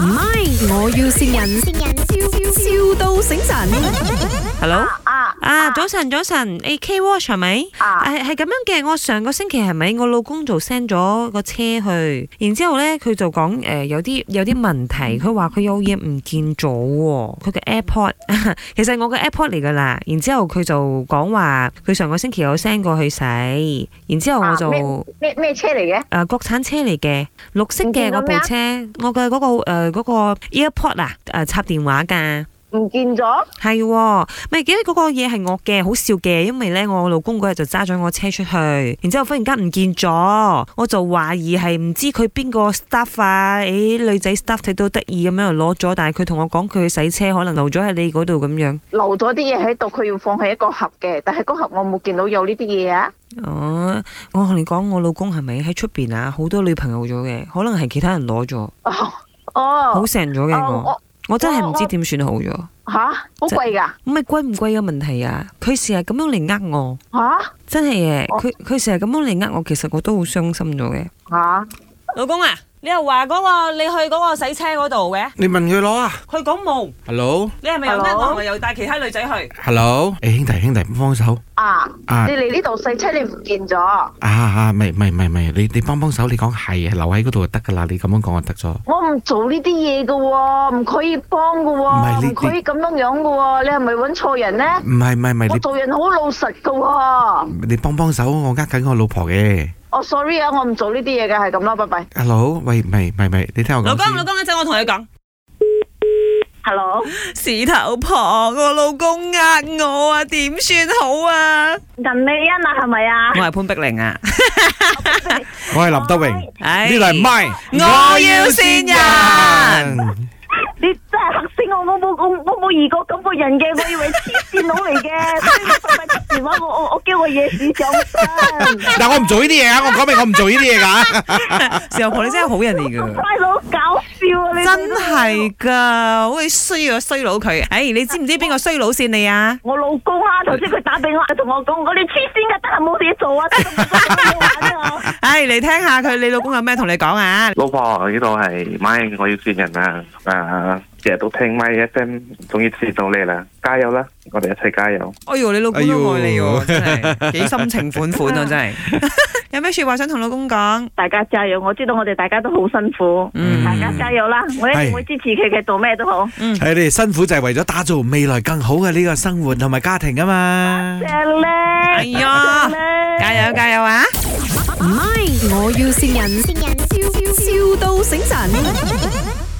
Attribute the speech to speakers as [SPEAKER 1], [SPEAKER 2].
[SPEAKER 1] 唔係，我要善人，笑笑到醒神。
[SPEAKER 2] Hello，
[SPEAKER 3] 啊
[SPEAKER 2] 啊早晨早晨，A K Watch 係咪？
[SPEAKER 3] 啊
[SPEAKER 2] 係係咁樣嘅，我上個星期係咪我老公就 send 咗個車去，然之後咧佢就講誒、呃有啲有啲問
[SPEAKER 3] 嗯
[SPEAKER 2] 題，佢話佢有嘢唔見咗喎，佢嘅 AirPod 其實我嘅 AirPod 嚟㗎啦，然之後佢就講話佢上個星期有 send 過去洗，然之後我就
[SPEAKER 3] 啊
[SPEAKER 2] 誒、
[SPEAKER 3] 咩咩車嚟嘅？
[SPEAKER 2] 呃、國產車嚟嘅綠色嘅
[SPEAKER 3] 唔見咗
[SPEAKER 2] 我部
[SPEAKER 3] 咩啊
[SPEAKER 2] 車，我嘅嗰、個誒嗰、個 AirPod 啊誒、呃插電話㗎。
[SPEAKER 3] 唔見咗？
[SPEAKER 2] 係喎，咪記得嗰個嘢係我嘅，好笑嘅，因為咧我老公嗰日就揸咗我車出去，然之後忽然間唔見咗，我就懷疑係唔知佢邊個 staff 啊，誒、女仔 staff 睇到得意咁樣就攞咗，但係佢同我講佢洗車可能留咗喺你嗰度咁樣。
[SPEAKER 3] 留咗啲嘢喺度，佢要放喺一個盒嘅，但係嗰盒我冇見到有呢啲嘢啊。
[SPEAKER 2] 哦，我同你講，我老公係咪喺出邊啊？好多女朋友咗嘅，可能係其他人攞咗，
[SPEAKER 3] 哦，
[SPEAKER 2] 好
[SPEAKER 3] 哦，
[SPEAKER 2] 成咗嘅我，
[SPEAKER 3] 哦
[SPEAKER 2] 我真係唔知點算好咗。
[SPEAKER 3] 我吓好貴噶
[SPEAKER 2] 咁咪貴唔貴嘅問題啊？佢成日咁樣嚟呃我。
[SPEAKER 3] 吓
[SPEAKER 2] 真係嘅，
[SPEAKER 3] 我
[SPEAKER 2] 佢佢成日咁樣嚟呃我，其實我都好傷心咗嘅。
[SPEAKER 3] 吓，
[SPEAKER 2] 老公啊，你又話嗰個你去嗰個洗車嗰度嘅，
[SPEAKER 4] 你問佢攞啊
[SPEAKER 2] 佢講冇，
[SPEAKER 4] ？Hello，Hello，
[SPEAKER 2] 你係咪又呃我，係咪又帶其他女仔去？
[SPEAKER 4] 誒兄弟兄弟唔幫手
[SPEAKER 3] 啊，
[SPEAKER 4] 啊
[SPEAKER 3] 你嚟呢度洗車你唔見咗？
[SPEAKER 4] 啊啊！咪咪咪咪，你你幫幫手，你講係留喺嗰度就得噶啦，你咁樣講就得咗。
[SPEAKER 3] 我唔做呢啲嘢噶喎，唔可以幫噶
[SPEAKER 4] 唔係
[SPEAKER 3] 喎，
[SPEAKER 4] 你
[SPEAKER 3] 唔可以咁樣樣噶喎，你係咪揾錯人呢？
[SPEAKER 4] 唔係唔係唔
[SPEAKER 3] 我
[SPEAKER 4] 係，
[SPEAKER 3] 做人好老實噶喎，
[SPEAKER 4] 你你幫幫手，我呃緊我老婆嘅。
[SPEAKER 3] 我 sorry 啊，我唔做呢啲嘢嘅，係咁啦，拜拜。
[SPEAKER 4] Hello，喂，唔係唔係唔係，你聽我講
[SPEAKER 2] 老公，
[SPEAKER 4] 先
[SPEAKER 2] 老公，一陣我同你講。
[SPEAKER 3] Hello，
[SPEAKER 2] 屎頭婆，我老公呃我啊，點算好啊？
[SPEAKER 3] 陳美欣啊，係咪啊
[SPEAKER 2] 我係潘碧玲啊，
[SPEAKER 4] 我係林德榮，
[SPEAKER 2] 唉
[SPEAKER 4] 呢度係 My，
[SPEAKER 2] 我要善人。
[SPEAKER 5] 你真係嚇死我！我冇我我冇遇過咁個人嘅，我以為黐線佬嚟嘅，所以我快快接電話，我我我叫個夜市上身，
[SPEAKER 4] 但我唔做呢啲嘢啊！我講明我唔做呢啲嘢噶。
[SPEAKER 2] 屎頭婆你真係好人嚟噶。
[SPEAKER 5] 快佬搞笑啊！你
[SPEAKER 2] 真係噶，好似衰啊衰佬佢。唉，你知唔知邊個衰佬先你啊？
[SPEAKER 5] 我老公啊，頭先佢打俾我，同我講我哋黐線嘅，得閒冇嘢做啊，得閒冇嘢玩啊！
[SPEAKER 2] 唉，你聽下佢，你老公有咩同你講啊？
[SPEAKER 6] 老婆，呢度係咪我要見人啊！啊，成日都聽咪 FM，終於見到你啦，加油啦！我哋一齊加油。
[SPEAKER 2] 哎呦，你老公都愛你
[SPEAKER 4] 哎
[SPEAKER 2] 喎，
[SPEAKER 4] 呦
[SPEAKER 2] 真係幾深情款款啊，真 係。有咩说話想同老公講？
[SPEAKER 5] 大家加油！我知道我哋大家都好辛苦，
[SPEAKER 2] 嗯
[SPEAKER 5] 大家加油啦！我一定會支持佢嘅，做咩都好。
[SPEAKER 4] 係你哋辛苦就係為咗打造未來更好嘅呢個生活同埋家庭啊嘛。
[SPEAKER 5] 正咧，
[SPEAKER 2] 哎呀
[SPEAKER 5] 正，咧
[SPEAKER 2] 加油加油啊！
[SPEAKER 1] 唔係，我要善人，笑笑到醒神。